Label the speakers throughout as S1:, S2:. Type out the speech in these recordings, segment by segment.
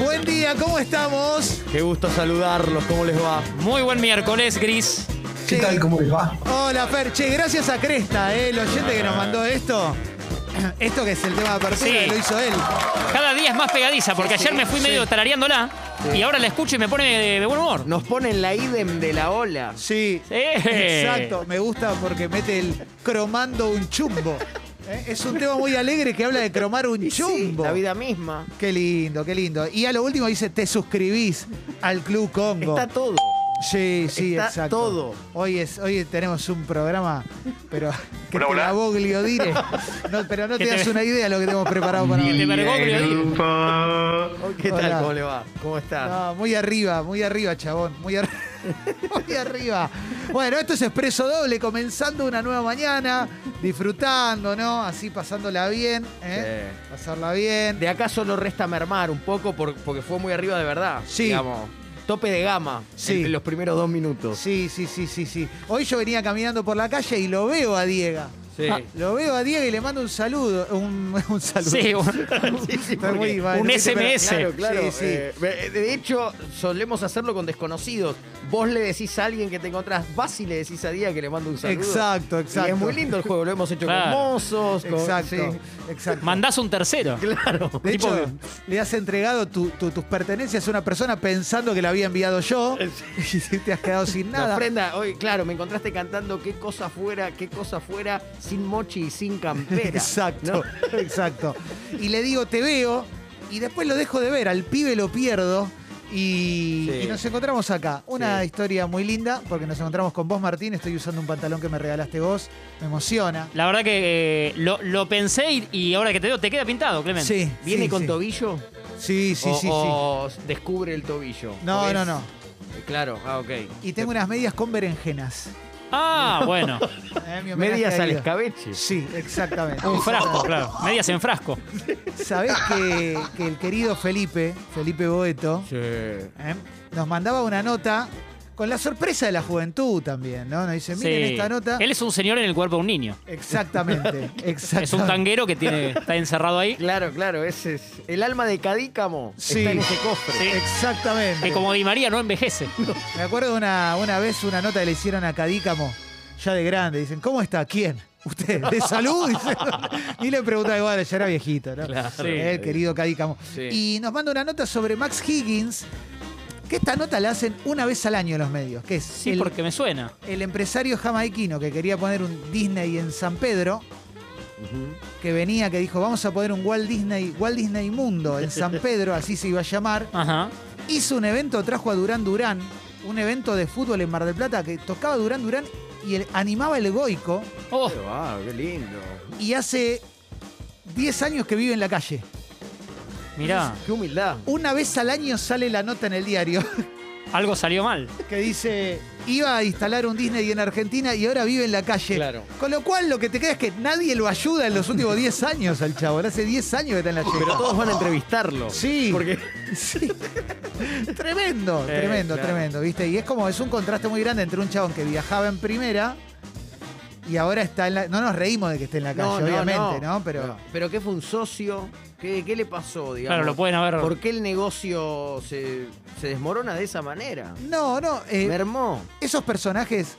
S1: buen día, ¿cómo estamos?
S2: Qué gusto saludarlos, ¿cómo les va?
S3: Muy buen miércoles, Gris.
S4: ¿Qué
S1: Sí.
S4: tal? ¿Cómo les va?
S1: Hola, Fer. Che, gracias a Cresta, ¿eh? el oyente que nos mandó esto. Esto que es el tema de apertura,
S3: Sí.
S1: lo hizo él.
S3: Cada día es más pegadiza, porque ayer me fui medio tarareándola y ahora la escucho y me pone de, de buen humor.
S2: Nos ponen la idem de la ola.
S1: Sí.
S3: Sí.
S1: Exacto, me gusta porque mete el cromando un chumbo. ¿Eh? Es un tema muy alegre que habla de cromar un
S2: Y sí,
S1: chumbo.
S2: la vida misma.
S1: Qué lindo, qué lindo. Y a lo último dice, te suscribís al Club Congo.
S2: Está todo.
S1: sí, sí,
S2: está
S1: exacto.
S2: todo.
S1: Hoy, es, hoy tenemos un programa, pero que
S5: Hola,
S1: te
S5: hola.
S1: la Bogliodire. No, pero no te
S3: Que te-
S1: das una idea lo que tenemos preparado para
S3: Te
S1: hoy.
S3: vergó, Gris.
S2: ¿Qué
S1: Hola.
S2: tal? ¿Cómo le va? ¿Cómo está?
S1: No, muy arriba, muy arriba, chabón. Muy, ar- muy arriba. Bueno, esto es Expreso Doble, comenzando una nueva mañana, disfrutando, ¿no? Así pasándola bien, ¿eh? Pasarla bien.
S2: De acá solo resta mermar un poco por- porque fue muy arriba de verdad.
S1: Sí.
S2: Digamos, tope de gama
S1: Sí.
S2: en los primeros dos minutos.
S1: Sí, sí, sí, sí, sí. Hoy yo venía caminando por la calle y lo veo a Diego.
S2: Sí.
S1: Lo veo a Diego y le mando un saludo. Un, un saludo.
S3: Sí, un-
S1: Está
S2: porque
S1: muy mal,
S3: un
S1: no sé, pero-
S3: SMS.
S2: Claro, claro.
S1: Sí, sí.
S2: Eh, de hecho, solemos hacerlo con desconocidos. Vos le decís a alguien que te encontrás, vas y le decís a Día que le mando un saludo.
S1: Exacto,
S2: Y
S1: exacto.
S2: es muy lindo el juego, lo hemos hecho
S3: Claro.
S2: con mozos, con-
S1: Exacto,
S2: sí.
S1: exacto.
S3: mandás un tercero.
S2: Claro.
S1: De
S3: Tipo
S1: hecho, le has entregado tu- tu- tus pertenencias a una persona pensando que la había enviado yo y te has quedado sin
S2: La
S1: nada.
S2: ofrenda, hoy, claro, me encontraste cantando qué cosa fuera, qué cosa fuera, sin mochi y sin campera.
S1: Exacto, exacto. Y le digo, te veo, y después lo dejo de ver, al pibe lo pierdo. Y,
S2: Sí.
S1: y nos encontramos acá. Una
S2: Sí.
S1: historia muy linda, porque nos encontramos con vos, Martín. Estoy usando un pantalón que me regalaste vos. Me emociona.
S3: La verdad que eh, lo, lo pensé y, y ahora que te veo, te queda pintado, Clemente.
S1: Sí.
S2: ¿Viene
S1: sí,
S2: con
S1: sí.
S2: tobillo?
S1: Sí, sí,
S2: o,
S1: sí, sí.
S2: o descubre el tobillo?
S1: No,
S2: Porque
S1: no,
S2: es-
S1: no.
S2: Claro, ah, ok.
S1: Y tengo unas medias con berenjenas.
S3: Ah, bueno.
S1: Eh, mi homenaje
S2: Medias
S1: a
S2: al
S1: Guido.
S2: escabeche.
S1: Sí, exactamente.
S3: Un frasco, claro. Medias en frasco.
S1: Sabés que, que el querido Felipe, Felipe Boeto,
S2: Sí.
S1: ¿eh? nos mandaba una nota con la sorpresa de la juventud también, ¿no? Nos dice, miren
S3: Sí.
S1: esta nota.
S3: Él es un señor en el cuerpo de un niño.
S1: Exactamente, exactamente.
S3: Es un tanguero que tiene, está encerrado ahí.
S2: Claro, claro, ese es. El alma de Cadícamo
S1: Sí.
S2: está en ese cofre.
S3: Sí.
S1: Exactamente.
S3: Que como Di María no envejece.
S1: Me acuerdo una, una vez una nota que le hicieron a Cadícamo, ya de grande. Dicen, ¿cómo está? ¿Quién? ¿Usted? ¿De salud? Dice, y le preguntaba igual, ya era viejito, ¿no?
S3: Claro. Sí.
S1: El querido Cadícamo.
S2: Sí.
S1: Y nos manda una nota sobre Max Higgins, que esta nota la hacen una vez al año en los medios, que es
S3: Sí,
S1: el,
S3: porque me suena.
S1: el empresario jamaiquino que quería poner un Disney en San Pedro, que venía, que dijo, vamos a poner un Walt Disney, Walt Disney Mundo en San Pedro, así se iba a llamar.
S3: Ajá.
S1: Hizo un evento, trajo a Durán Durán, un evento de fútbol en Mar del Plata que tocaba Durán Durán y el- animaba el goico
S3: Oh,
S2: Pero, ah, qué lindo.
S1: y hace 10 años que vive en la calle.
S3: mirá.
S2: Qué humildad.
S1: Una vez al año sale la nota en el diario
S3: Algo salió mal.
S1: que dice, iba a instalar un Disney en Argentina y ahora vive en la calle.
S2: Claro.
S1: Con lo cual lo que te queda es que nadie lo ayuda en los últimos 10 años al chavo. Hace 10 años que está en la calle.
S2: Pero todos van a entrevistarlo.
S1: Sí.
S2: Porque
S1: Sí. tremendo,
S2: Eh,
S1: tremendo,
S2: claro.
S1: tremendo, ¿viste? Y es como, es un contraste muy grande entre un chabón que viajaba en primera y ahora está en la. No nos reímos de que esté en la calle, obviamente, ¿no? Pero.
S2: Pero que fue un socio. ¿Qué, qué le pasó, digamos?
S3: Claro, lo pueden haber.
S2: ¿Por qué el negocio se, se desmorona de esa manera?
S1: No, no. eh,
S2: Mermó.
S1: esos personajes.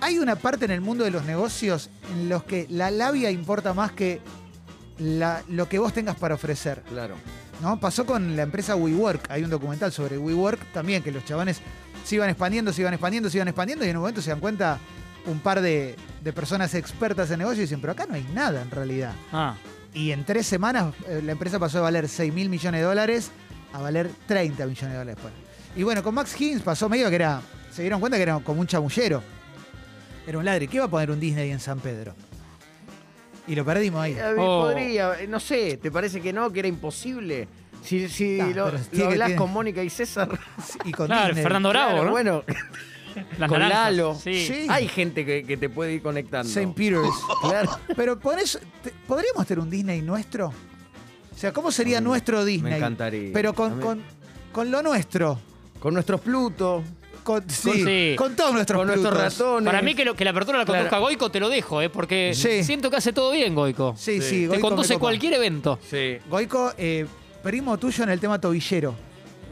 S1: Hay una parte en el mundo de los negocios en los que la labia importa más que la- lo que vos tengas para ofrecer.
S2: Claro.
S1: ¿no? Pasó con la empresa WeWork. Hay un documental sobre WeWork también, que los chavanes se iban expandiendo, se iban expandiendo, se iban expandiendo y en un momento se dan cuenta un par de, de personas expertas en negocios y dicen, pero acá no hay nada en realidad.
S3: Ah,
S1: Y en tres semanas eh, la empresa pasó de valer 6 mil millones de dólares a valer 30 millones de dólares. bueno. Y bueno, con Max Higgins pasó medio que era, se dieron cuenta que era como un chamullero. Era un ladri. ¿Qué iba a poner un Disney en San Pedro? Y lo perdimos ahí.
S2: Eh, a ver,
S3: Oh.
S2: Podría, eh, no sé, ¿te parece que no? Que era imposible. Si, si
S1: No,
S2: lo,
S1: Ah, pero
S2: lo
S1: tiene que-
S2: hablas
S1: tiene-
S2: con Mónica y César.
S1: Y con
S3: claro,
S1: Disney.
S3: Fernando Bravo,
S2: Claro,
S3: ¿no?
S2: Bueno,
S3: Las
S2: con
S3: naranjas.
S2: Lalo.
S3: Sí.
S1: Sí.
S2: Hay gente que, que te puede ir conectando.
S1: St. Peter's.
S2: Claro.
S1: Pero por eso, te- ¿podríamos tener un Disney nuestro? O sea, ¿cómo sería nuestro Disney?
S2: encantaría.
S1: Pero
S2: A
S1: con,
S2: mí-
S1: con, con lo nuestro.
S2: Con nuestros Pluto,
S1: Con, sí,
S3: sí.
S1: con todos nuestros
S2: con nuestros
S1: Plutos.
S2: ratones.
S3: Para mí que, lo- que la apertura la conduzca
S2: Claro.
S3: Goico te lo dejo, ¿eh? Porque
S1: Sí.
S3: siento que hace todo bien Goico.
S1: Sí, sí.
S2: Sí.
S3: te
S1: Goico me
S3: conduce
S1: copa.
S3: cualquier evento.
S2: Sí.
S1: Goico eh, primo tuyo en el tema tobillero.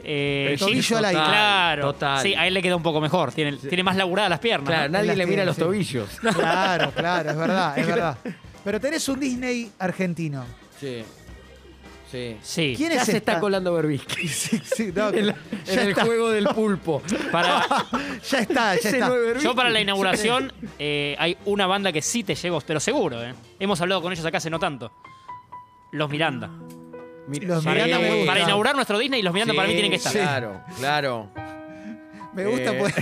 S3: Eh,
S1: El tobillo
S3: Gil-
S1: al aire.
S3: Claro.
S2: Total.
S3: Sí, a él le queda un poco mejor. Tiene, tiene más laburadas las piernas.
S2: Claro,
S3: ¿no?
S2: nadie
S1: las
S2: le mira
S1: tiene,
S2: los
S1: sí.
S2: tobillos.
S1: Claro, claro, es verdad, es verdad. Pero tenés un Disney argentino.
S2: Sí. Sí.
S3: Sí.
S1: ¿Quién
S2: Ya
S1: es
S2: se está
S1: esta?
S2: colando Berbisky.
S1: Sí, sí, no,
S2: en la-
S1: ya
S2: en el
S1: está.
S2: juego del pulpo.
S3: Para,
S1: Ya está, ya
S2: Ese
S1: está.
S2: no es Berbisky.
S3: yo para la inauguración eh, hay una banda que sí te llegó, pero seguro. ¿eh? Hemos hablado con ellos acá hace no tanto. Los Miranda.
S2: Mira,
S1: Los
S2: sí,
S1: Miranda me gustan.
S3: Para inaugurar nuestro Disney, los Miranda para mí tienen que estar.
S2: Sí, Claro, claro.
S1: Me gusta
S2: Eh.
S1: pues.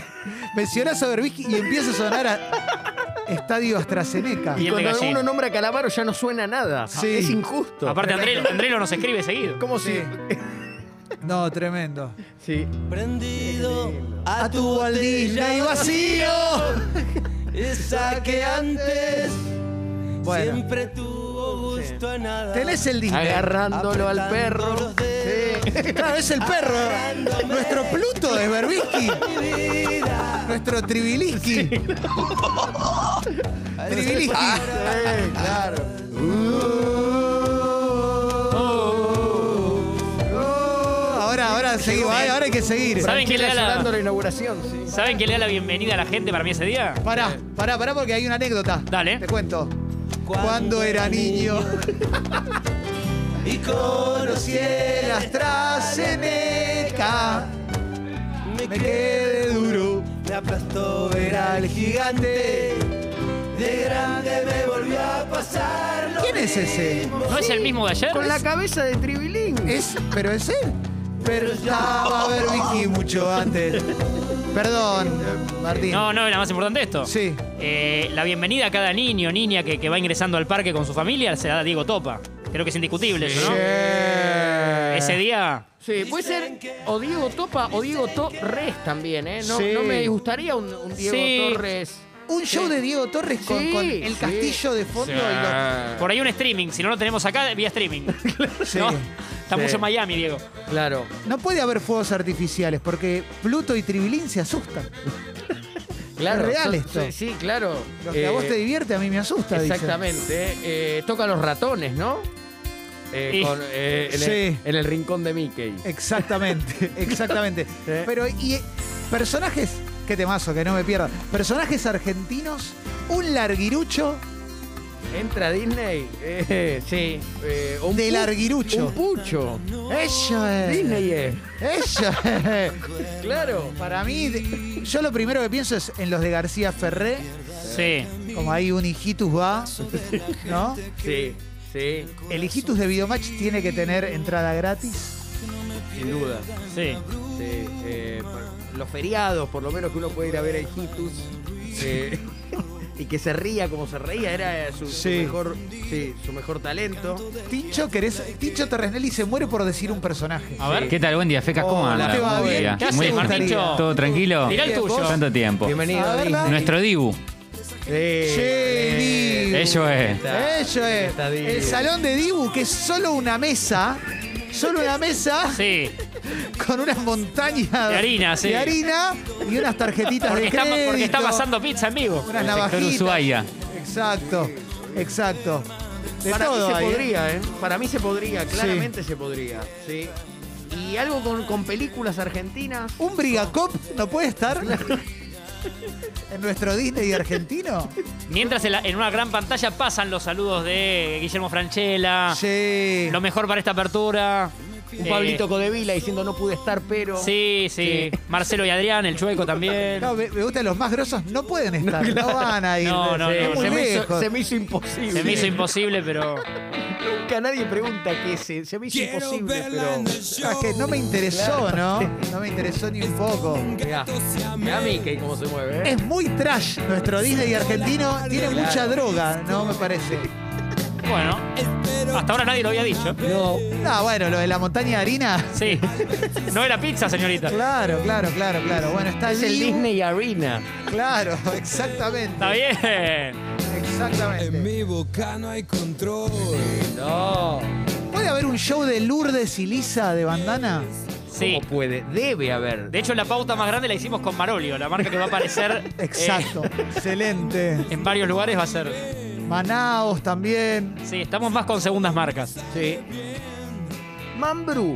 S1: Mencionás a Berbisky y empieza a sonar a Estadio AstraZeneca.
S3: Y el de
S2: Cuando
S3: gallina.
S2: uno nombra a Calamaro ya no suena nada. Ah,
S1: Sí.
S2: Es injusto.
S3: Aparte, Andrelo, Andrelo nos escribe seguido.
S2: como si.
S1: No, tremendo.
S2: Sí.
S4: Prendido
S1: A tu Walt Disney vacío.
S4: esa que antes
S1: Bueno.
S4: siempre tuvo gusto a nada.
S1: Tenés el Disney.
S2: Agarrándolo al
S4: Apretando
S2: perro.
S4: los dedos.
S2: Sí.
S1: Claro, es el perro. Nuestro Pluto es Berbisky.
S4: vida.
S1: Nuestro Tribiliski. Tribiliski.
S2: Sí, claro.
S1: Ahora, ahora seguimos. Ahora ahora hay que seguir.
S3: ¿Saben quién le da la-
S2: llorando la inauguración, sí.
S3: ¿Saben quién le da la bienvenida a la gente para mí ese día?
S1: Pará, pará, pará porque hay una anécdota.
S3: Dale.
S1: Te cuento. Cuando era niño
S4: Y conocí
S1: conocí el AstraZeneca. Me quedé duro.
S4: Me aplastó ver
S1: Era
S4: al
S1: el gigante.
S4: de grande me volvió a pasar lo
S1: ¿Quién es ese?
S3: ¿No es el mismo de ayer?
S2: Con la cabeza de Tribilín.
S1: Es, pero es él. Pero estaba Berbisky mucho antes. Perdón, Martín.
S3: No, no, era más importante esto.
S1: Sí.
S3: Eh, la bienvenida a cada niño o niña que, que va ingresando al parque con su familia se la da Diego Topa. Creo que es indiscutible eso, ¿no? Ese día.
S2: Sí, puede ser o Diego Topa o Diego Torres también, ¿eh? No,
S1: Sí.
S2: no me gustaría un, un Diego
S3: Sí.
S2: Torres.
S1: Un show de Diego Torres con,
S2: Sí,
S1: con el
S2: sí.
S1: castillo de fondo.
S2: Ah.
S1: y
S3: Por ahí un streaming. Si no lo tenemos acá, vía streaming.
S1: los- Sí.
S3: ¿No? Está
S2: Sí.
S3: mucho en Miami, Diego.
S2: Claro.
S1: No puede haber fuegos artificiales porque Pluto y Tribilín se asustan.
S2: Claro,
S1: Es real
S2: son-
S1: esto.
S2: Sí, sí, claro.
S1: Lo que a
S2: Eh,
S1: vos te divierte a mí me asusta. dicen.
S2: Exactamente. Eh, toca los ratones, ¿no? Eh,
S3: Y-
S2: con, eh, en, el,
S1: Sí.
S2: en el rincón de Mickey.
S1: Exactamente, exactamente. Pero y eh, personajes, qué temazo, que no me pierda. Personajes argentinos, un larguirucho
S2: Entra Disney. eh, sí. eh, un
S1: de
S2: pu- Un
S1: larguirucho.
S2: pucho.
S1: Eso es.
S2: Disney es.
S1: Eso es.
S2: Claro.
S1: Para mí, de- yo lo primero que pienso es en los de García Ferré,
S3: Sí.
S1: como ahí un hijitus va, ¿no?
S2: Sí, sí,
S1: El hijitus de Videomatch tiene que tener entrada gratis.
S2: sin duda.
S3: Sí.
S2: Sí, eh, por- los feriados, por lo menos que uno puede ir a ver a Hijitus. eh, y que se ría como se reía, era eh, su, su
S1: Sí.
S2: mejor, sí, su mejor talento.
S1: Tincho, querés, Tincho Terresnelli se muere por decir un personaje.
S3: A ver.
S5: ¿Qué tal? Buen día, Fecas. ¿Cómo
S1: Hola,
S5: andan?
S1: ¿te va
S5: Buen
S1: bien?
S5: día.
S1: ¿Qué haces,
S5: Muy bien,
S1: Martincho?
S5: ¿Todo tranquilo?
S3: Mirá el tuyo.
S5: ¿Tanto tiempo?
S2: Bienvenido
S1: A
S2: a
S1: verla.
S2: Disney.
S5: Nuestro Dibu.
S1: Che, Eh, Dibu.
S5: Eso es.
S1: Eso es.
S2: Está Dibu.
S1: El salón de Dibu, que es solo una mesa. Solo una mesa
S3: Sí.
S1: con unas montañas
S3: De harina, sí.
S1: de harina y unas tarjetitas
S3: Porque
S1: de
S3: está,
S1: crédito.
S3: porque está pasando pizza en vivo.
S1: Unas
S5: Sector
S1: navajitas.
S5: Ushuaia.
S1: Exacto, exacto. De
S2: Para
S1: todo
S2: mí se
S1: hay, ¿eh?
S2: podría, ¿eh? Para mí se podría, claramente se podría. Sí. Y algo con, con películas argentinas.
S1: ¿Un Brigacop no puede estar en nuestro Disney argentino?
S3: Mientras en, la- en una gran pantalla pasan los saludos de Guillermo
S2: Ah.
S3: Franchella.
S1: Sí.
S3: Lo mejor para esta apertura.
S2: Un
S3: Eh,
S2: Pablito Codevila diciendo no pude estar, pero.
S3: Sí, sí. Marcelo y Adrián, el chueco también.
S1: No, me, me gustan los más grosos, no pueden estar, no, van a ir.
S3: No, no,
S1: Sí,
S3: no,
S1: muy
S2: se, me hizo,
S1: lejos.
S2: se me hizo imposible.
S3: Se me hizo imposible, pero.
S2: Nunca nadie pregunta qué se, se me hizo imposible, pero.
S1: Ah, que no me interesó, ¿no? No me interesó ni un poco.
S2: Mirá, mirá Mickey cómo se mueve, ¿eh?
S1: Es muy trash nuestro Disney argentino, tiene mucha droga, ¿no? Me parece.
S3: Bueno. Hasta ahora nadie lo había dicho.
S2: No.
S1: Ah, bueno, lo de la montaña de harina.
S3: Sí. No era pizza, señorita.
S1: Claro, claro, claro, claro. Bueno, está
S2: Es el
S1: Dibu.
S2: Disney Arena.
S1: Claro, exactamente.
S3: Está bien.
S1: Exactamente.
S2: No.
S1: ¿Puede haber un show de Lourdes y Lisa de bandana?
S2: Eh.
S3: Sí.
S2: ¿Cómo puede? Debe haber.
S3: De hecho, la pauta más grande la hicimos con Marolio, la marca que va a aparecer. eh,
S1: Exacto. Excelente.
S3: en varios lugares va a ser.
S1: Manaos también.
S3: Sí, estamos más con segundas marcas.
S2: Sí. Mambrú.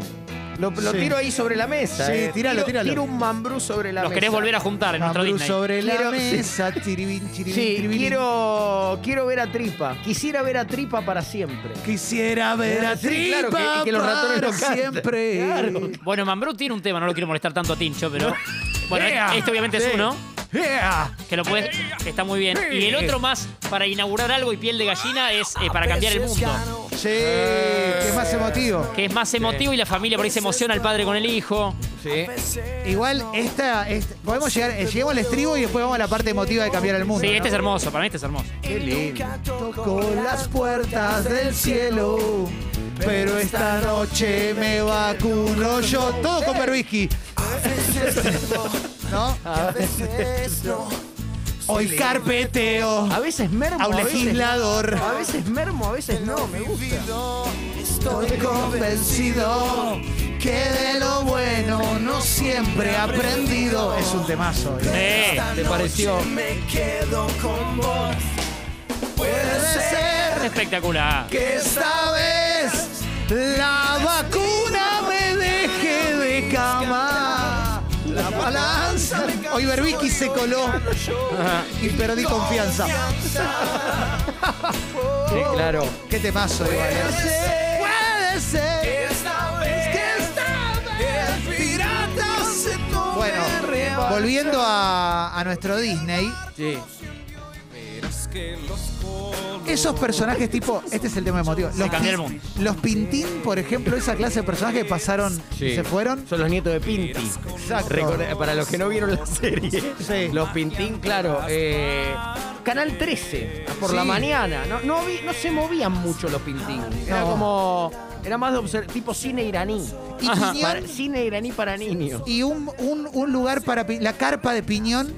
S2: Lo, lo
S1: Sí.
S2: tiro ahí sobre la mesa.
S1: Sí,
S2: eh.
S1: tíralo,
S2: Tiro-
S1: tíralo.
S2: Tiro un mambrú sobre la
S3: Los
S2: mesa.
S3: querés volver a juntar en nuestro
S1: Mambrú
S3: Disney.
S1: sobre la
S2: Quiero-
S1: mesa, chiribín, chiribín,
S2: Sí,
S1: chiribilín.
S2: quiero, quiero ver a Tripa. Quisiera ver a Tripa para siempre.
S1: Quisiera ver a
S2: Sí, claro,
S1: Tripa
S2: que- y que los ratones
S1: para
S2: no canten.
S1: siempre.
S2: Claro.
S3: Bueno, Mambrú tiene un tema, no lo quiero molestar tanto a Tincho, pero. Bueno,
S1: Yeah.
S3: este obviamente
S2: Sí.
S3: es uno,
S1: Yeah.
S3: que lo puedes. Está muy bien. Y el otro más, para inaugurar algo y piel de gallina, es eh, para cambiar el mundo.
S1: Sí, que es más emotivo.
S3: Que es más emotivo y la familia por ahí se emociona el padre con el hijo.
S2: Sí.
S1: Igual esta, esta- podemos llegar, eh, llegamos al estribo y después vamos a la parte emotiva de cambiar el mundo.
S3: Sí, este es
S1: ¿no?
S3: hermoso, para mí este es hermoso.
S2: Qué lindo.
S1: Tocó las puertas del cielo, pero esta noche me vacuno yo. Todo con Berbisky, ¿no? Hoy carpeteo
S2: A veces mermo,
S1: a un
S2: a veces,
S1: legislador.
S2: a veces mermo, a veces no, me gusta.
S1: Estoy convencido que de lo bueno no siempre he aprendido. Es un temazo. ¿eh?
S3: Eh,
S2: ¿Te pareció?
S1: Puede ser
S3: espectacular.
S1: que esta vez la vacuna me deje de cama. La balanza. Hoy Berbisky se coló y perdí confianza.
S2: Sí, claro.
S1: Qué temazo, igual. ¿eh? Puede ser que esta vez, el pirata se tome Bueno, volviendo a, a nuestro Disney,
S2: Sí.
S1: esos personajes tipo, este es el tema emotivo. Los,
S3: cambió el
S1: pin-
S3: mundo.
S1: los Pintín, por ejemplo, esa clase de personajes que pasaron,
S2: Sí.
S1: se fueron.
S2: Son los nietos de Pinti.
S1: Exacto.
S2: Recorda- para los que no vieron la serie.
S1: Sí.
S2: Los Pintín, claro. eh, Canal 13, por
S1: Sí.
S2: la mañana. No, no, vi- no se movían mucho los Pintín. Era
S1: No.
S2: como. Era más de obser- tipo cine iraní.
S1: Y Piñón-
S2: Para- cine iraní para niños.
S1: Y un, un- un lugar para pi- la carpa de piñón.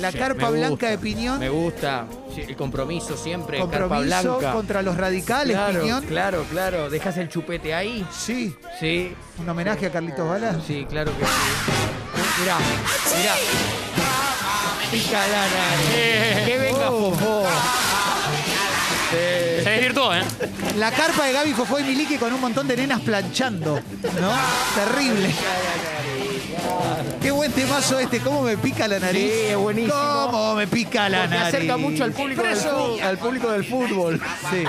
S1: La
S2: Sí,
S1: carpa
S2: me
S1: blanca
S2: gusta,
S1: de piñón.
S2: Me gusta. Sí, El compromiso siempre. carpa
S1: compromiso
S2: blanca.
S1: contra los radicales,
S2: claro,
S1: piñón.
S2: claro, claro. Dejas el chupete ahí.
S1: Sí.
S2: Sí.
S1: Un homenaje a Carlitos Balas.
S2: Sí, claro que sí. Mirá, mirá. Pica la nariz. Que venga Fofó. Sí.
S3: Se desvirtuó, ¿eh?
S1: La carpa de Gaby Jojo y Miliki con un montón de nenas planchando, ¿no? Terrible. Qué buen temazo este, cómo me pica la nariz.
S2: Sí, es buenísimo.
S1: Cómo me pica la
S2: Porque
S1: nariz.
S2: acerca mucho al público, del,
S1: Preso.
S2: fu- al público del fútbol.
S1: Sí.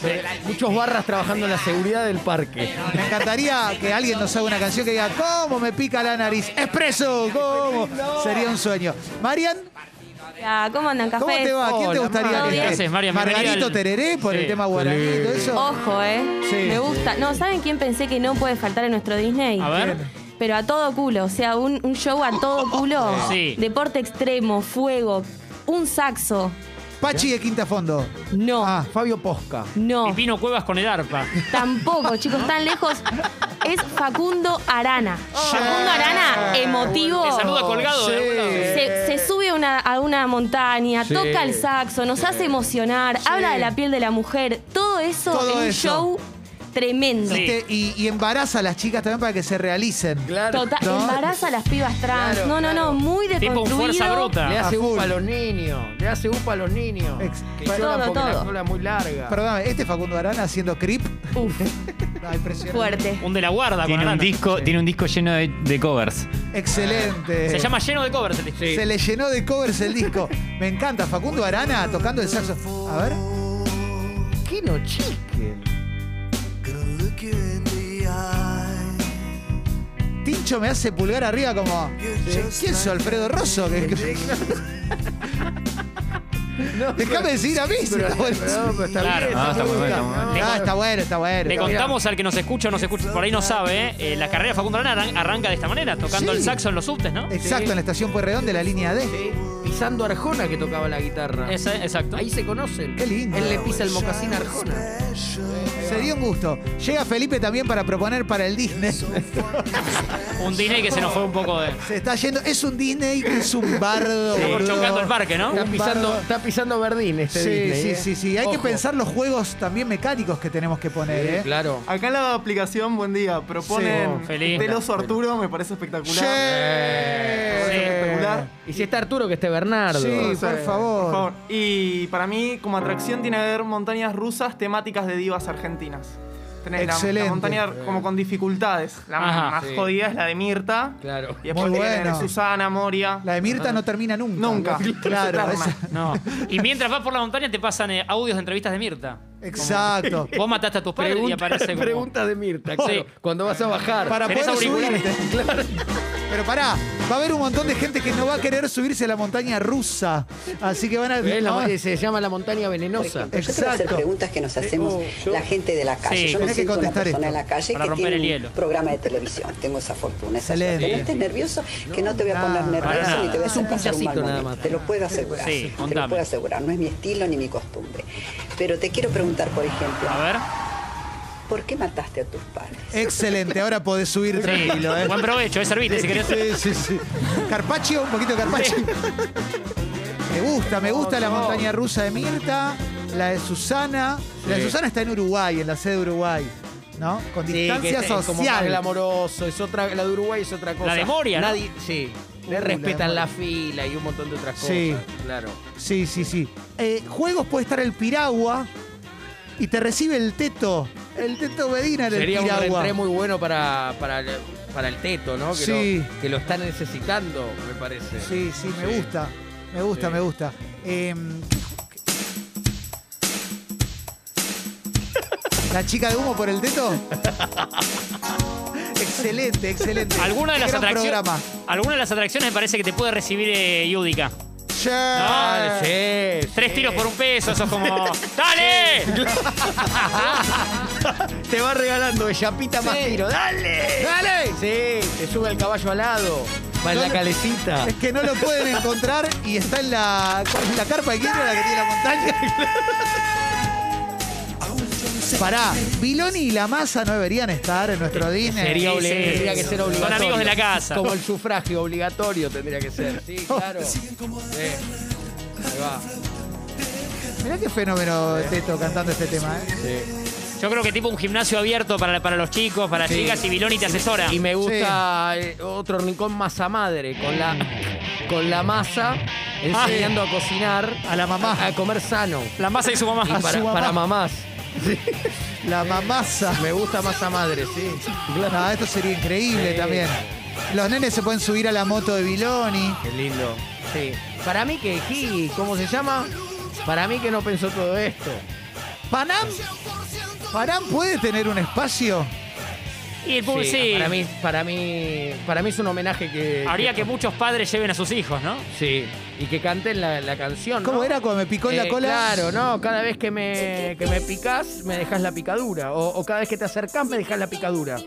S2: Sí. Muchos barras trabajando en la seguridad del parque.
S1: Me encantaría que alguien nos haga una canción que diga, ¿cómo me pica la nariz? ¡Expreso! ¿Cómo? Sería un sueño. Marian,
S5: Ah, ¿Cómo andan, café?
S1: ¿cómo te va? ¿Quién te
S2: Hola,
S1: gustaría
S5: Mar.
S1: que
S5: ¿Qué
S3: haces, Marian? Bienvenida
S1: Margarito
S3: al-
S1: Tereré por el
S3: Sí.
S1: tema guaraní y todo eso.
S5: Ojo, ¿eh?
S1: Sí.
S5: Me gusta. No, ¿saben quién pensé que no puede faltar en nuestro Disney?
S3: A ver.
S5: Pero a todo culo, o sea, un, un show a todo culo.
S3: Sí.
S5: Deporte extremo, fuego, un saxo.
S1: Pachi de Quinta Fondo.
S5: No,
S1: Ah.
S2: Fabio Posca.
S5: no.
S3: Y Pino Cuevas con el arpa.
S5: Tampoco, chicos, tan lejos. Es Facundo Arana. Facundo Arana, emotivo.
S3: Te saluda colgado de algún lado.
S5: Se, se sube a una- a una montaña,
S2: Sí.
S5: toca el saxo, nos hace emocionar, habla de la piel de la mujer. Todo eso
S1: Todo
S5: es un
S1: eso.
S5: show tremendo.
S3: Sí.
S1: Este, y, y embaraza a las chicas también para que se realicen.
S2: Claro.
S5: Total,
S1: No.
S5: embaraza a las pibas trans.
S2: Claro,
S5: no, no,
S2: claro.
S5: no, muy
S3: Tipo un fuerza
S5: deconstruido.
S3: bruta.
S2: Le hace
S1: A full.
S2: upa a los niños. Le hace upa a los niños.
S1: Ex-
S2: que
S1: Todo,
S2: lloran porque la
S5: todo.
S2: cola es muy larga.
S1: Perdóname, este Facundo Arana haciendo creep.
S5: Uf,
S1: Ah, impresionante.
S5: fuerte.
S3: Un de la guarda con
S6: Tiene un,
S3: Arana.
S6: disco, tiene un disco lleno de, de covers.
S1: Excelente.
S3: Se llama Lleno de Covers el disco.
S1: Se le llenó de covers el disco. Me encanta, Facundo Arana tocando el saxo. A ver.
S2: ¿Qué no chiquen?
S1: Tincho me hace pulgar arriba como. ¿Quién es Alfredo Rosso? Que- que-
S2: No,
S1: Déjame decir a mí. si
S2: pero-
S1: está
S2: pero-
S1: bueno.
S2: pero está
S3: Claro.
S2: bien,
S6: Ah, está
S2: muy
S6: muy
S2: bien.
S6: bueno,
S2: No,
S1: Ah, está bueno, está bueno.
S3: Le
S1: está bueno.
S3: contamos al que nos escucha o nos escucha, por ahí no sabe, ¿eh? Eh, la carrera de Facundo Arana arran- arranca de esta manera, tocando
S1: Sí.
S3: el saxo en los subtes, ¿no?
S1: Exacto,
S2: Sí.
S1: en la estación Pueyrredón de la línea D.
S2: Sí, pisando Arjona que tocaba la guitarra.
S3: Ese, exacto.
S2: Ahí se conocen.
S1: Qué lindo.
S2: Él le pisa el mocasín a Arjona.
S1: Sería un gusto. Llega Felipe también para proponer para el Disney.
S3: Un Disney que se nos fue un poco de.
S1: Se está yendo. Es un Disney, es un bardo.
S3: Sí,
S1: boludo.
S3: chocando el parque, ¿no?
S2: Está
S1: Un
S2: pisando,
S1: bardo.
S2: está pisando Verdín este
S1: Sí,
S2: Disney,
S1: sí,
S2: ¿eh?
S1: sí, sí. Hay que
S2: Ojo.
S1: pensar los juegos también mecánicos que tenemos que poner, ¿eh?
S2: Claro.
S7: Acá en la aplicación, buen día, proponen
S3: Oh, feliz.
S7: del oso Arturo, me parece
S1: Sí.
S7: espectacular. Eh, Espectacular.
S2: Y si está Arturo, que esté Bernardo.
S1: Sí, por favor.
S7: Por favor. Y para mí, como atracción, tiene que haber montañas rusas temáticas de divas argentinas. Tenés la- la,
S1: Excelente.
S7: montaña como con dificultades. La
S3: Ajá.
S7: más
S2: Sí.
S7: jodida es la de Mirta.
S2: Claro.
S7: Y después
S1: Muy
S7: tienen
S1: bueno.
S7: Susana, Moria.
S1: La de Mirta no termina nunca.
S7: Nunca.
S1: Claro,
S7: Eterna.
S1: esa-
S3: No. Y mientras vas por la montaña te pasan eh, audios de entrevistas de Mirta.
S1: exacto.
S3: Vos mataste a tus padres y
S2: Pregunta-
S3: aparece como...
S2: pregunta de Mirta, claro, cuando vas a bajar.
S1: Para
S3: ¿Tenés
S1: poder
S3: auriculares?
S1: subirte. Pero pará, va a haber un montón de gente que no va a querer subirse a la montaña rusa. Así que van a.
S2: Es
S1: Ah,
S2: la- se llama la montaña venenosa.
S8: Yo te voy a hacer
S1: Exacto.
S8: preguntas que nos hacemos la gente de la calle.
S3: Eh, oh, Sí,
S8: Yo no
S1: tenés
S8: soy
S1: que
S8: una
S1: contestar
S8: persona
S1: esto
S8: en la calle
S3: para
S8: que
S3: romper
S8: tiene
S3: el
S8: un
S3: hielo.
S8: programa de televisión. Tengo esa fortuna, esa suerte.
S1: Excelente.
S8: No estés nervioso, que no te voy a poner
S3: para
S8: nervioso
S3: nada.
S8: ni te voy a
S2: Es un
S8: hacer pasar un mal
S2: pinchacito nada
S8: momento.
S2: más.
S8: Te lo puedo asegurar.
S3: Sí,
S8: te
S3: contame.
S8: lo puedo asegurar. No es mi estilo ni mi costumbre. Pero te quiero preguntar, por ejemplo,
S3: A ver.
S8: ¿por qué mataste a tus padres?
S1: Excelente, ahora podés subir tranquilo,
S3: Sí.
S1: ¿eh?
S3: Buen provecho, eh, servite si querés.
S1: Sí, sí, sí. Carpaccio, un poquito de carpaccio. Me gusta, me gusta la montaña rusa de Mirta, la de Susana. La de
S2: Sí.
S1: Susana está en Uruguay, en la sede de Uruguay, ¿no? Con distancia
S2: es, como más
S1: social.
S2: glamoroso. Es otra, la de Uruguay es otra cosa.
S3: de Moria, ¿no?
S2: Nadie, sí. Le
S1: Uh,
S2: respetan
S1: la
S2: la,
S1: de
S2: fila y un montón de otras cosas.
S1: Sí.
S2: Claro.
S1: Sí, sí, sí. Eh, juegos puede estar el piragua y te recibe el teto. El teto Medina en el
S2: Sería un
S1: piragua.
S2: reentré muy bueno para, para, el- para el teto, ¿no? Que,
S1: Sí.
S2: lo, que lo está necesitando, me parece.
S1: Sí, sí, me
S2: Sí.
S1: gusta. Me gusta,
S2: Sí.
S1: me gusta. Em, ¿La chica de humo por el teto? excelente, excelente.
S3: Alguna de, las
S1: Gran
S3: atracciones,
S1: programa.
S3: alguna de las atracciones me parece que te puede recibir eh, Yudica.
S1: Sí.
S2: Ah, sí.
S3: Tres
S2: sí.
S3: tiros por un peso, sos como. ¡Dale!
S2: Te va regalando ella, pita más tiro. ¡Dale! ¡Dale! Sí, te sube el caballo alado. Va en
S1: No
S2: la
S1: le-
S2: calecita.
S1: Es que no lo pueden encontrar y está en la, en la carpa de quiebra la que tiene la montaña. Pará, Viloni y la masa no deberían estar en nuestro Disney.
S3: Sería
S2: Sí,
S3: obligatorio.
S2: tendría que ser
S3: Son
S2: obligatorio.
S3: amigos de la casa.
S2: Como el sufragio obligatorio tendría que ser. Sí, claro. Sí. Ahí va.
S1: Mirá qué fenómeno Teto cantando este tema, ¿eh?
S2: Sí.
S3: Yo creo que tipo un gimnasio abierto para, para los chicos, para las
S2: Sí.
S3: chicas y Biloni te asesora.
S2: Y me gusta eh, otro rincón masa madre con la, con la masa enseñando a cocinar.
S1: A la mamá.
S2: A, a comer sano.
S3: La masa y su mamá.
S2: Y para,
S1: su mamá.
S2: para mamás. Sí.
S1: La mamasa.
S2: Me gusta masa madre, sí.
S1: No, esto sería increíble
S2: Sí.
S1: también. Los nenes se pueden subir a la moto de Viloni.
S2: Qué lindo. Sí. Para mí que Gigi, ¿cómo se llama? Para mí que no pensó todo esto.
S1: Panam. Panam puede tener un espacio.
S3: Y el pub- sí.
S2: Para mí, para mí, para mí es un homenaje que.
S3: Habría que muchos padres lleven a sus hijos, ¿no?
S2: Sí. Y que canten la, la canción. ¿no?
S1: ¿Cómo era cuando me picó en la
S2: Eh,
S1: cola?
S2: Claro, no, cada vez que me, que me picás, me dejas la picadura. O, o cada vez que te acercás, me dejas la picadura.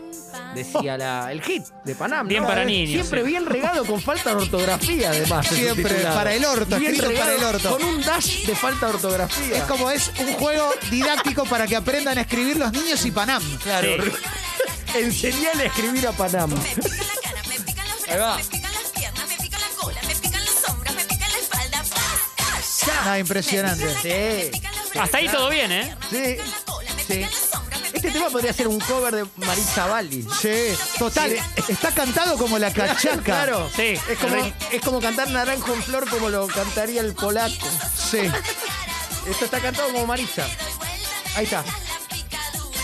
S2: Decía la, el hit de Panam. ¿no? Eh,
S3: Bien para niños,
S2: Siempre
S3: sí.
S2: bien regado con falta de ortografía, además. en su
S1: Siempre,
S2: titulado.
S1: para el orto,
S2: Bien
S1: escrito para
S2: regado
S1: el orto.
S2: Con un dash de falta de ortografía.
S1: Es como es un juego didáctico para que aprendan a escribir los niños y Panam.
S2: Claro. Enseñale a escribir a Panam.
S9: Me pican la cara, me pican los
S2: Ahí va.
S9: brazos, me pican las piernas, me pican la cola, me pican los hombros, me pican la espalda. ¡Basta! ¡Ya!
S1: Nada, impresionante.
S2: Sí.
S3: Hasta ahí todo bien, ¿eh?
S2: Sí. Sí. Este tema podría ser un cover de Maritza Bali.
S1: Sí, total. Está cantado como la cachaca.
S2: Claro.
S3: Sí.
S2: Es como, es como cantar Naranjo en Flor como lo cantaría el polaco.
S1: Sí.
S2: Esto está cantado como Maritza. Ahí está.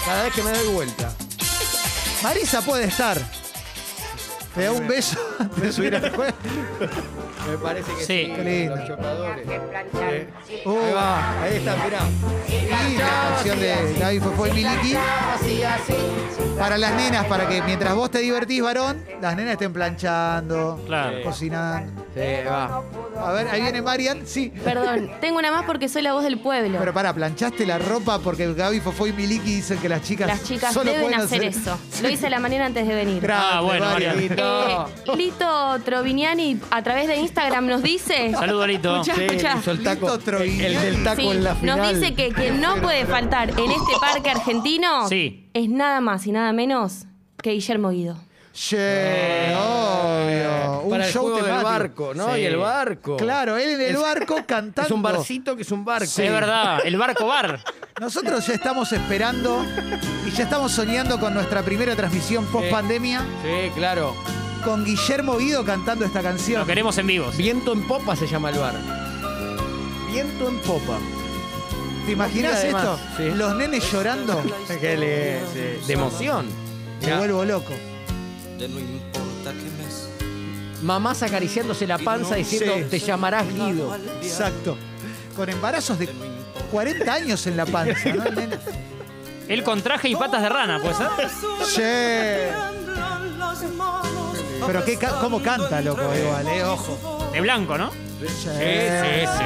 S2: Cada vez que me doy vuelta.
S1: Marisa puede estar. Te da un beso antes de subir al juego.
S2: Me parece
S3: Sí.
S2: que sí.
S1: Qué lindo.
S2: Los chopadores. Sí.
S1: Uh,
S2: Ahí va. Ahí está, mirá.
S1: y la canción de David fue Miliki.
S2: Así, así.
S1: Para las nenas, para que mientras vos te divertís, varón, las nenas estén planchando,
S3: Claro.
S1: cocinando.
S2: Sí, va.
S1: A ver, ahí viene Marian. Sí.
S5: Perdón, tengo una más porque soy la voz del pueblo.
S1: Pero pará, planchaste la ropa porque Gaby Fofó y Miliki dicen que las chicas,
S5: Las chicas
S1: solo
S5: deben
S1: pueden
S5: hacer eso. Lo hice a la mañana antes de venir.
S1: Grande,
S3: Ah, bueno,
S1: Marian.
S3: Marian.
S2: Lindo.
S5: Eh, Lito Troviniani a través de Instagram nos dice.
S3: Saludo, Lito.
S5: Escuchá, escuchá.
S2: hizo el taco.
S1: Lito Trovignani.
S2: El del taco
S5: Sí,
S2: en la final.
S5: Nos dice que quien no puede faltar en este parque argentino
S3: Sí.
S5: es nada más y nada menos que Guillermo Guido.
S1: Che, obvio. Un
S2: Para el
S1: show
S2: juego del
S1: temático.
S2: barco, ¿no?
S3: Sí.
S2: Y el barco.
S1: Claro, él en el
S2: Es-
S1: barco cantando.
S2: Es un barcito que es un barco.
S3: Es verdad. El barco bar.
S1: Nosotros ya estamos esperando y ya estamos soñando con nuestra primera transmisión
S2: Eh.
S1: post pandemia
S2: Sí, claro.
S1: con Guillermo Guido cantando esta
S3: Lo
S1: canción.
S3: queremos en vivos.
S2: Viento en popa se llama el bar. Viento en popa.
S1: ¿Te imaginas
S2: Mirá,
S1: esto?
S2: además, sí.
S1: Los nenes llorando.
S2: Que le- se- de emoción.
S1: Me
S2: Mirá,
S1: vuelvo loco.
S2: mamás acariciándose la panza diciendo,
S1: Sí.
S2: te llamarás Guido.
S1: Exacto. Con embarazos de 40 años en la panza, ¿no? nena?
S3: Él con traje y patas de rana, ¿puede ser?
S1: Che. Pero qué ca- cómo canta, loco, igual, eh, ojo.
S3: De blanco, ¿no?
S1: Che.
S2: sí, sí.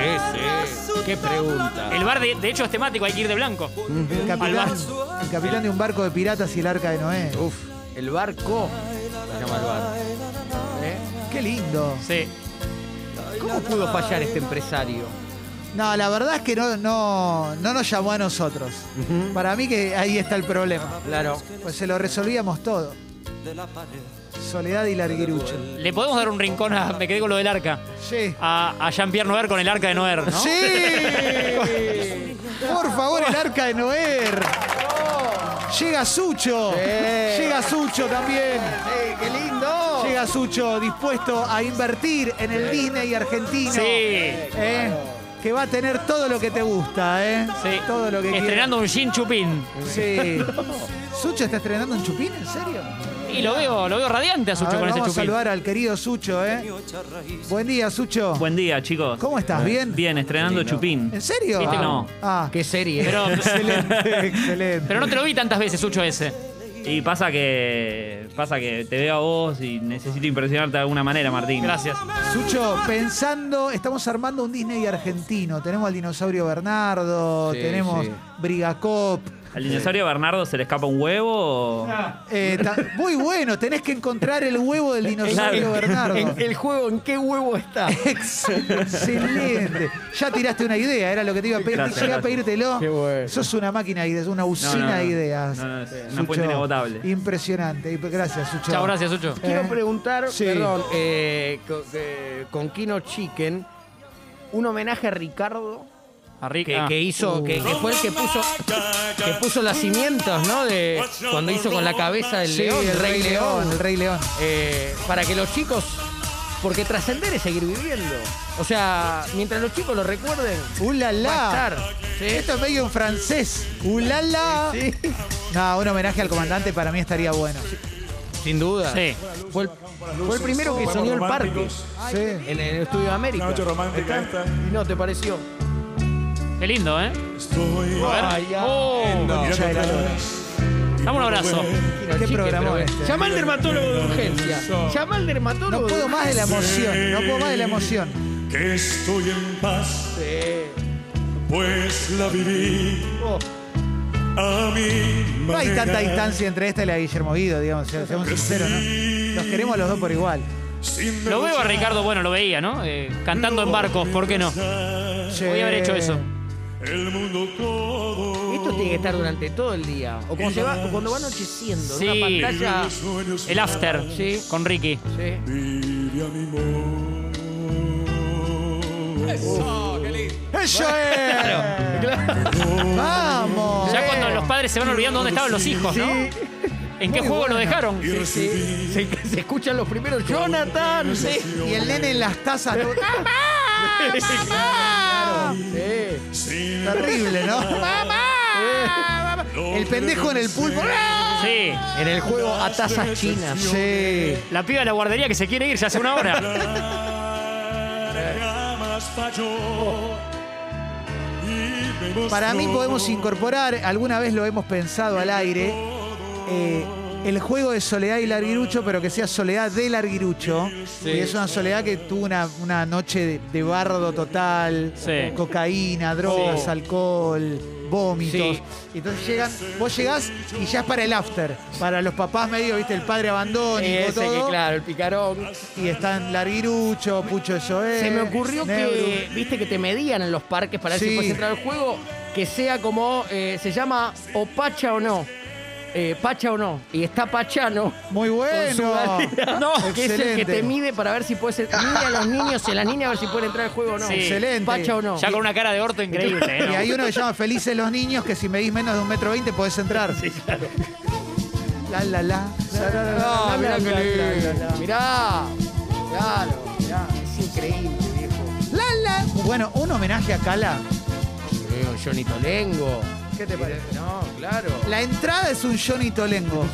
S2: Qué pregunta.
S3: El bar, de, de hecho, es temático, hay que ir de blanco.
S1: El
S3: Al
S1: capitán,
S3: bar.
S1: el capitán de un barco de piratas y el arca de Noé.
S2: Uf, el barco. Se llama el bar. ¿Eh?
S1: Qué lindo.
S3: Sí.
S2: ¿Cómo pudo fallar este empresario?
S1: No, la verdad es que no, no, no nos llamó a nosotros. Para mí que ahí está el problema.
S2: Claro.
S1: Pues se lo resolvíamos todo. Soledad y larguirucho.
S3: Le podemos dar un rincón a. Me quedé con lo del arca.
S1: Sí.
S3: A, a Jean-Pierre Noer con el arca de Noer, ¿no?
S1: ¡Sí! Por favor, el arca de Noé. Llega Sucho. Llega Sucho también.
S2: ¡Qué lindo!
S1: Llega Sucho dispuesto a invertir en el Disney argentino.
S3: Sí.
S1: ¿eh? Que va a tener todo lo que te gusta, ¿eh?
S3: Sí.
S1: Todo lo que quieras.
S3: Estrenando un Shin Chupín.
S1: Sí. ¿Sucho está estrenando un chupín? ¿En serio?
S3: Y lo veo, lo veo radiante a
S1: A
S3: Sucho
S1: ver,
S3: con ese
S1: vamos a
S3: chupín.
S1: saludar al querido Sucho, ¿eh? Buen día, Sucho.
S6: Buen día, chicos.
S1: ¿Cómo estás? ¿Bien?
S6: Bien, estrenando Chupín.
S1: ¿En serio?
S3: Viste que
S6: no.
S1: Ah,
S2: ¡Qué serie!
S3: Pero,
S1: excelente, excelente.
S3: pero no te lo vi tantas veces, Sucho, ese.
S6: Y pasa que pasa que te veo a vos y necesito impresionarte de alguna manera, Martín.
S3: Gracias.
S1: Sucho, pensando, estamos armando un Disney argentino. Tenemos al dinosaurio Bernardo,
S2: Sí,
S1: tenemos
S2: sí.
S1: Brigacop.
S6: ¿Al dinosaurio Bernardo se le escapa un huevo? o-
S1: Eh, ta- muy bueno, tenés que encontrar el huevo del dinosaurio Bernardo.
S2: En- el juego, ¿en qué huevo está?
S1: Excelente. Ya tiraste una idea, era lo que te iba a pedir.
S6: Gracias,
S1: Llegué a
S6: gracias.
S1: pedírtelo.
S2: Qué bueno.
S1: Sos una máquina de ideas, una usina
S6: No, no, no.
S1: de ideas.
S6: No, no, es una
S1: Sucho.
S6: fuente inagotable.
S1: Impresionante. Gracias, Sucho.
S3: Chao, gracias, Sucho.
S2: Quiero
S1: Eh,
S2: preguntar,
S1: sí.
S2: perdón, eh, co- eh, con, Kino Chicken, un homenaje a Ricardo
S3: A Rick,
S2: que,
S3: ah.
S2: que hizo, que, que fue el que puso, que puso las cimientos, ¿no? De cuando hizo con la cabeza del
S1: Sí,
S2: león,
S1: el Rey León, el Rey León.
S2: Eh, para que los chicos, porque trascender es seguir viviendo. O sea, mientras los chicos lo recuerden,
S1: ¡Ulala!
S2: va a estar. ¿sí?
S1: Esto es medio en francés. ¡Ulala!
S2: Sí.
S1: No, un homenaje al comandante para mí estaría bueno.
S2: Sin duda.
S3: Sí.
S2: Fue el, fue el primero que soñó el parque
S1: Sí.
S2: en el Estudio de América.
S10: romántica esta.
S2: ¿Y no te pareció?
S3: Qué lindo, ¿eh?
S10: Estoy
S2: Ay, ay.
S3: Oh,
S1: Concha de la lora.
S3: dame un abrazo.
S1: ¿Qué programa
S2: es?
S1: este?
S2: Llama al dermatólogo de urgencia. Llama al dermatólogo.
S1: No
S2: de
S1: puedo más de la emoción. No puedo más de la emoción.
S10: que estoy en paz,
S2: urgencia.
S10: pues la viví
S2: Oh,
S10: a mi manera.
S1: No hay tanta distancia entre esta y la de Guillermo Guido, digamos. se- Seamos sinceros, ¿no? Los queremos los dos por igual.
S10: Sin
S3: Lo veo a
S10: derrochar
S3: Ricardo, bueno, lo veía, ¿no? Eh, cantando en barcos, ¿por qué no?
S1: Che.
S3: Podía haber hecho eso.
S10: El mundo todo.
S2: Esto tiene que estar durante todo el día. O cuando, se va, o cuando va anocheciendo. en
S3: Sí.
S2: Una pantalla.
S10: Los sueños
S3: El after
S2: Sí.
S3: con Ricky.
S2: Sí.
S10: vive a mi modo.
S1: ¡Eso es! ¡Vamos!
S3: Ya cuando los padres se van olvidando dónde estaban los hijos, ¿no? ¿En qué juego lo dejaron?
S10: Y recibí
S2: Se, se escuchan los primeros. ¡Jonathan! Sí.
S1: Y el nene en las tazas. ¿no?
S2: Sí.
S10: sin
S1: Terrible, ¿no?
S10: dolor
S1: El pendejo en el pulpo. ¡Ah!
S3: Sí.
S2: En el juego a tazas chinas.
S1: Sí.
S3: La piba de la guardería que se quiere ir ya hace una hora.
S10: larga más falló. Y me
S1: Para mí
S10: mostró
S1: podemos incorporar, alguna vez lo hemos pensado al aire, eh, el juego de soledad y larguirucho, pero que sea soledad de larguirucho. Y es una soledad que tuvo una, una noche de, de bardo total,
S3: Sí.
S1: cocaína, drogas, alcohol, vómitos.
S2: Oh. Sí.
S1: Entonces llegan, vos llegás y ya es para el after. Para los papás medio, viste, el padre abandónico,
S2: Ese que,
S1: todo.
S2: claro, el picarón.
S1: Y están larguirucho, pucho de Soe,
S2: Se me ocurrió que,
S1: Neuru.
S2: viste, que te medían en los parques para ver
S1: Sí.
S2: si puedes entrar al juego, que sea como, eh, se llama o pacha o no. Eh, pacha o no. Y está Pachano.
S1: Muy
S2: con su
S1: bueno.
S2: bandera, que es el que
S1: Excelente.
S2: te mide para ver si puedes. Mide a los niños y a las niñas a ver si pueden entrar al juego o no.
S3: Sí.
S1: Excelente.
S2: Pacha o no.
S3: Ya con una cara de orto increíble, ¿eh?
S1: Y hay uno que se llama Felices los niños, que si medís menos de un metro veinte podés entrar. La, la, la. la, la, la,
S2: Ah,
S1: la,
S2: mirá
S1: la,
S2: que
S1: la,
S2: lindo.
S1: la, la, la.
S2: Mirá. Claro, mirá. Es increíble, viejo.
S1: La, la. Bueno, un homenaje a Cala.
S2: Eh, o Johnny Tolengo.
S1: ¿Qué te parece?
S2: No, claro.
S1: La entrada es un Johnny Tolengo.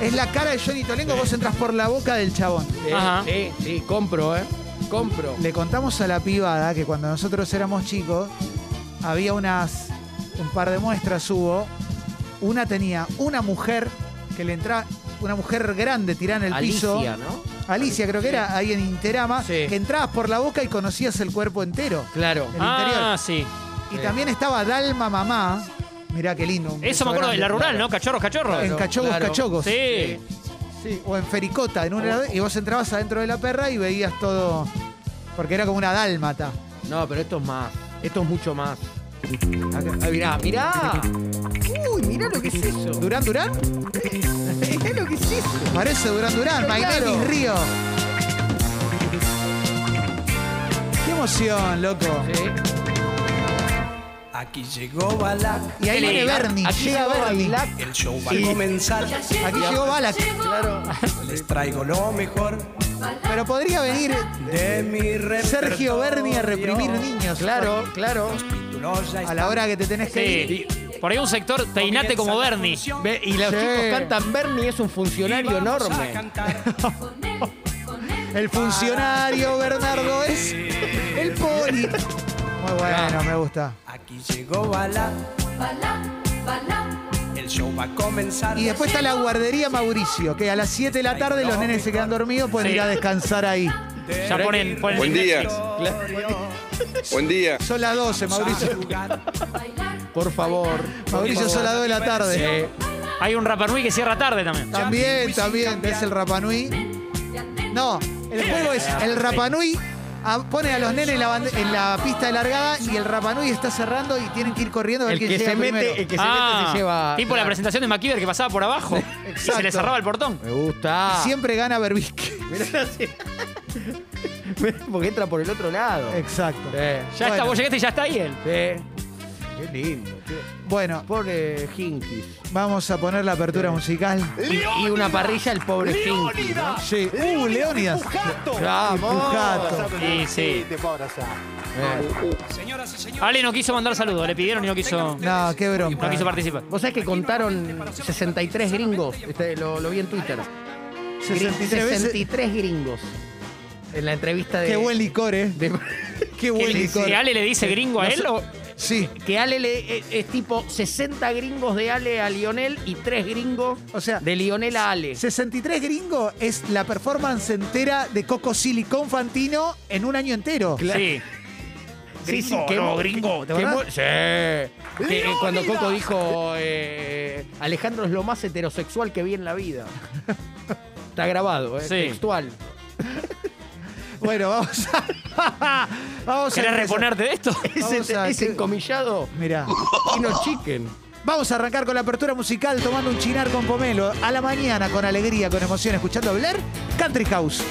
S1: Es la cara de Johnny Tolengo, vos entras por la boca del chabón.
S2: Sí,
S3: Ajá.
S2: sí, sí, compro, ¿eh? Compro.
S1: Le contamos a la pibada que cuando nosotros éramos chicos, había unas. un par de muestras hubo. Una tenía una mujer que le entraba. Una mujer grande tirada en el piso.
S2: Alicia, ¿no?
S1: Alicia, creo que era ahí en Interama.
S2: Sí.
S1: Que entrabas por la boca y conocías el cuerpo entero.
S2: Claro.
S1: El
S3: Ah,
S1: interior.
S3: sí.
S1: Y
S2: Sí.
S1: también estaba Dalma Mamá. Mirá qué lindo. un beso
S3: Eso me acuerdo de
S1: grande.
S3: la rural, ¿no? Cachorros, cachorros.
S1: En
S2: Claro,
S1: Cachogos,
S2: claro.
S1: Cachogos.
S3: Sí.
S1: Sí, o en Fericota, en una y vos entrabas adentro de la perra y veías todo. Porque era como una dálmata.
S2: No, pero esto es más. Esto es mucho más. Acá- ah, mirá, mirá. Uy, mirá lo que es eso.
S1: ¿Durán Durán?
S2: Mirá lo que es eso.
S1: Parece Durán Durán, My
S2: Claro.
S1: name is Río. Qué emoción, loco.
S4: Aquí llegó Balak,
S1: Y ahí
S3: Qué
S1: viene
S3: lindo.
S1: Bernie.
S2: Aquí
S1: llega
S2: llegó
S1: Bernie.
S2: Balak.
S4: el show va a comenzar.
S1: Aquí llegó Balak.
S2: Claro.
S4: Les traigo lo mejor
S1: Pero podría venir
S4: de mi repertorio.
S1: Sergio Berni a reprimir niños.
S2: Claro, claro.
S4: Títulos ya
S1: A la hora que te tenés que ir.
S3: Sí. Por ahí un sector, peinate como Bernie.
S2: Ve, y los
S1: Sí.
S2: chicos cantan Bernie es un funcionario enorme.
S1: El funcionario Bernardo es el poli. Muy bueno, me gusta.
S4: Aquí llegó Balak. El show va a comenzar.
S1: Y después está la guardería Mauricio, que a las 7 de la tarde los nenes se quedan dormidos, pueden
S3: Sí.
S1: ir a descansar ahí.
S3: Ya ponen, ponen
S11: Buen día. Buen día.
S1: Son las 12, Mauricio.
S2: Por favor.
S1: Mauricio, son las 2 de la tarde.
S2: Eh,
S3: Hay un Rapa Nui que cierra tarde también.
S1: También, también, que es el Rapanui. No, el juego es el Rapanui. Pone a los nenes en la, bande- en la pista de largada y el Rapanui está cerrando y tienen que ir corriendo a ver
S2: el
S1: quién
S2: que
S1: llega
S2: se mete,
S1: primero.
S2: el que se
S3: ah,
S2: mete se lleva.
S3: tipo la
S2: claro.
S3: presentación de MacGyver que pasaba por abajo y se
S1: Exacto.
S3: le cerraba el portón.
S2: Me gusta.
S1: Siempre gana Berbic.
S2: Mirá, sí. Porque entra por el otro lado.
S1: Exacto.
S2: Sí.
S3: Ya está,
S1: Bueno.
S3: vos llegaste y ya está ahí él.
S2: Sí. Qué lindo. qué-
S1: Bueno,
S2: Pobre Hinkis.
S1: vamos a poner la apertura musical.
S2: Y, y una parrilla el pobre Hinkis. ¿no?
S1: Sí. Uh, Leónidas.
S2: Vamos.
S1: Pujato.
S3: Sí, sí. Ale no quiso mandar saludos, le pidieron y no quiso,
S1: No, qué bronca.
S3: no quiso participar.
S2: Vos sabés que contaron 63 gringos. Este, lo, lo vi en Twitter.
S1: 63 veces.
S2: 63 gringos. En la entrevista de.
S1: Qué buen licor, eh.
S2: de-
S1: Qué buen
S2: le-
S1: licor.
S3: ¿Que Ale le dice gringo a él o
S1: Sí.
S2: que Ale le- es, es tipo 60 gringos de Ale a Lionel y 3 gringos
S1: O sea,
S2: de Lionel a Ale.
S1: 63 Gringo es la performance entera de Coco Silicón Fantino en un año entero.
S3: Sí.
S2: Sí, sí, qué mo-
S1: ¿te
S2: qué
S1: acordás?
S2: mo- Sí. Que, eh, cuando Coco dijo, eh, Alejandro es lo más heterosexual que vi en la vida. Está grabado, ¿eh?
S3: Sí.
S2: textual.
S1: Bueno, vamos a. vamos a
S3: ¿Querés
S1: empezar.
S3: reponerte de esto?
S1: Vamos
S2: Ese,
S1: a-
S2: ese encomillado,
S1: Mirá.
S2: Kino Chicken.
S1: Vamos a arrancar con la apertura musical tomando un chinar con pomelo. A la mañana, con alegría, con emoción, escuchando hablar Country House.